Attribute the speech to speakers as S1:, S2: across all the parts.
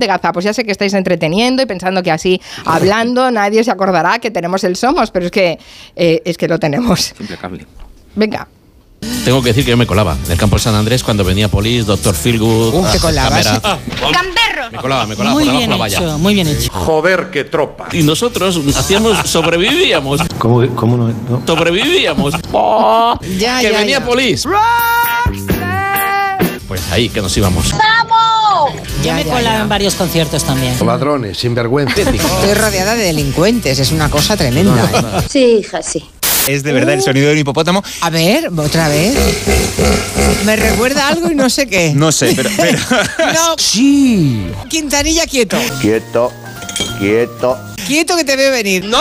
S1: de gazapos. Ya sé que estáis entreteniendo y pensando que así hablando nadie se acordará que tenemos el Somos, pero es que, eh, es que lo tenemos.
S2: Es implacable.
S1: Venga.
S3: Tengo que decir que yo me colaba en el campo de San Andrés cuando venía Polis, Doctor Philgood,
S4: Uh,
S1: Uf, te colabas.
S3: Camera.
S5: ¡Gamberro!
S3: Me colaba, me colaba
S6: muy
S3: por debajo de
S6: bien
S3: la valla.
S6: hecho, muy bien hecho.
S7: Joder, qué tropa.
S3: Y nosotros hacíamos, sobrevivíamos,
S8: ¿Cómo, cómo no, no?
S3: sobrevivíamos.
S1: Ya,
S3: que
S1: ya,
S3: venía
S1: ya.
S3: Polis. Pues ahí que nos íbamos.
S6: Yo me he
S4: ya,
S6: colado
S4: ya.
S6: en varios conciertos también.
S7: Ladrones, sinvergüenza.
S4: Estoy rodeada de delincuentes, es una cosa tremenda. ¿eh?
S5: Sí, hija, sí.
S9: Es de verdad el sonido de un hipopótamo.
S4: A ver, otra vez. Me recuerda algo y no sé qué.
S9: No sé, pero, pero-
S4: No,
S8: Sí.
S4: Quintanilla quieto.
S7: Quieto, quieto.
S4: Quieto que te veo venir. No.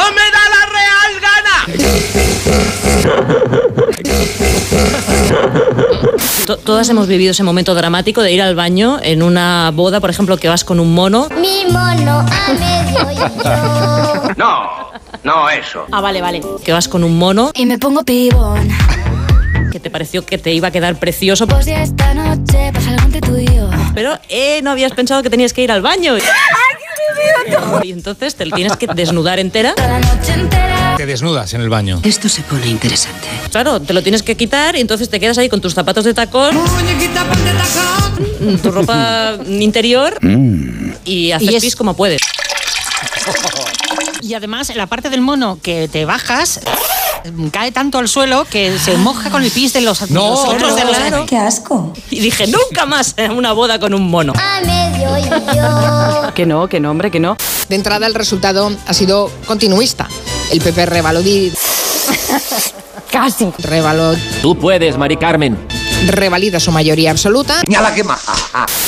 S10: To- Todas hemos vivido ese momento dramático de ir al baño en una boda, por ejemplo, que vas con un mono.
S5: Mi mono a medio
S2: No, no eso.
S10: Ah, vale, vale. Que vas con un mono
S5: Y me pongo pibón.
S10: que te pareció que te iba a quedar precioso,
S5: Pues ya esta noche pasa algo entre tú y yo.
S10: pero eh, no habías pensado que tenías que ir al baño. Y entonces te tienes que desnudar entera.
S5: La noche entera.
S9: Te desnudas en el baño.
S4: Esto se pone interesante.
S10: Claro, te lo tienes que quitar y entonces te quedas ahí con tus zapatos de tacón, mm, tu ropa interior y haces
S6: Y es-
S10: pis como puedes.
S6: Y además, la parte del mono que te bajas mm, cae tanto al suelo que se moja con el pis de los,
S4: Oh,
S9: No,
S6: los otros
S10: no,
S6: de la-
S10: claro.
S5: ¡Qué asco!
S10: Y dije, nunca más a una boda con un mono.
S5: A medio yo.
S4: Que no, que no, hombre, que no.
S1: De entrada el resultado ha sido continuista. El PP revalidó,
S4: Casi.
S1: revaló,
S2: Tú puedes, Mari Carmen.
S1: revalida su mayoría absoluta.
S7: Ni a la quema.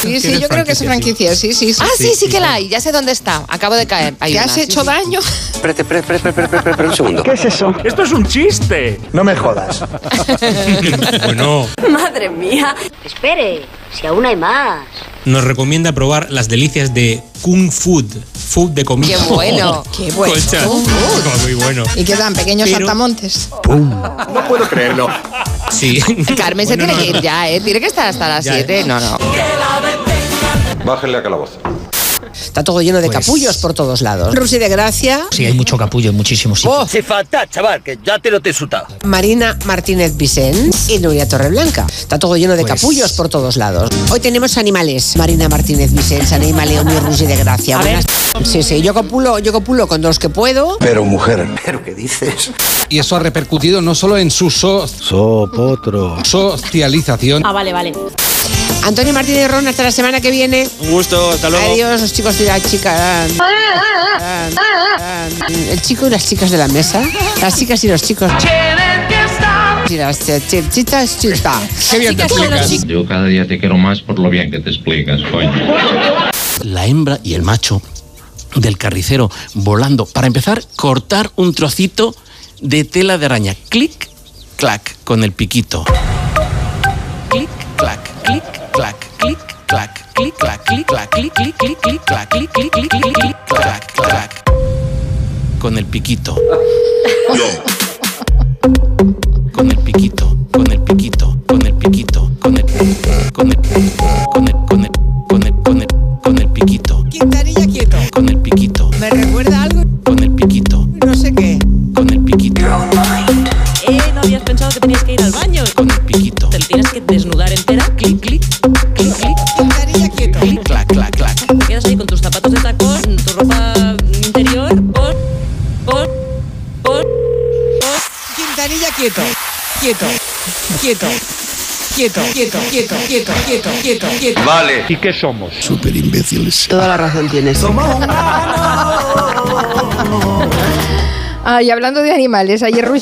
S1: Sí, sí, yo creo que es franquicia, sí, sí, sí.
S4: Ah, sí, sí que la hay. Ya sé dónde está. Acabo de caer. Hay
S1: ¿Te
S4: una,
S1: has
S4: sí,
S1: hecho
S4: sí.
S1: daño?
S7: Espérate, espérate, espérate, espérate, espérate un segundo.
S8: ¿Qué es eso?
S2: Esto es un chiste.
S7: No me jodas.
S9: Bueno,
S5: ¡Madre mía!
S10: Espere, si aún hay más.
S9: nos recomienda probar las delicias de Kung Food, food de comida.
S4: Qué bueno.
S1: Qué bueno.
S9: Colchas. Muy bueno.
S1: Y quedan pequeños
S9: Pero-
S1: saltamontes.
S7: No puedo creerlo.
S9: Sí.
S4: Carmen se
S9: Bueno,
S4: tiene
S9: no,
S4: que ir
S9: no.
S4: ya, ¿eh? Tiene que estar hasta las
S9: Ya,
S4: 7.
S9: ¿eh?
S4: No, no.
S7: Bájenle a calabozo.
S4: Está todo lleno de capullos
S9: Pues
S4: por todos lados. Rusi de Gracia.
S6: Sí, hay mucho capullo en muchísimos
S4: Oh,
S7: Se falta, chaval, que ya te lo te suta.
S4: Marina Martínez Vicens y Nuria Torreblanca. Está todo lleno
S9: Pues
S4: de
S3: Pues-
S4: capullos por todos lados. Hoy tenemos animales. Marina Martínez Vicens, animaleo mi Rusi de Gracia. Buenas- Sí, sí, yo copulo, yo copulo con los que puedo.
S7: Pero mujer. ¿Pero qué dices?
S8: Y eso ha repercutido no solo en su so-
S9: Sopotro.
S8: socialización.
S10: Ah, vale, vale.
S4: Antonio Martínez Ron, hasta la semana que viene.
S9: Un gusto, hasta luego.
S4: Adiós, los chicos y las chicas. El chico y las chicas de la mesa. Las chicas y los chicos. Y las ch- ch- chitas, chita.
S8: Qué bien te explicas.
S2: Yo cada día te quiero más por lo bien que te explicas, coño.
S3: La hembra y el macho del carricero volando. Para empezar, cortar un trocito de tela de araña. Clic, clac, con el piquito. Clic, clac, clic, clac, clic, clac, clic, clac, clic, clac, clic, clic, clic, clic, clac, clic, clic, clic, clic, clic, clac, clac. Con el piquito. Con el piquito, con el piquito, con el piquito, con el con el con el con el con el con el con el piquito,
S4: Quintanilla quieto.
S3: con el piquito,
S4: Me recuerda algo,
S3: con el piquito,
S4: no sé qué.
S3: con el piquito,
S10: Eh, no habías pensado que tenías que ir al baño.
S3: con el piquito.
S10: Te tienes que desnudar entera. Clic, clic, clic, clic.
S4: Quintanilla quieto.
S3: Clic, clac, clac, clac.
S10: Te quedas ahí con tus zapatos de tacón, tu ropa interior. Por, por, por, por.
S4: Quintanilla quieto. Quieto. Quieto. Quieto, quieto, quieto, quieto, quieto, quieto, quieto.
S7: Vale. ¿Y qué?
S1: Ay, hablando de animales, ayer Ruiz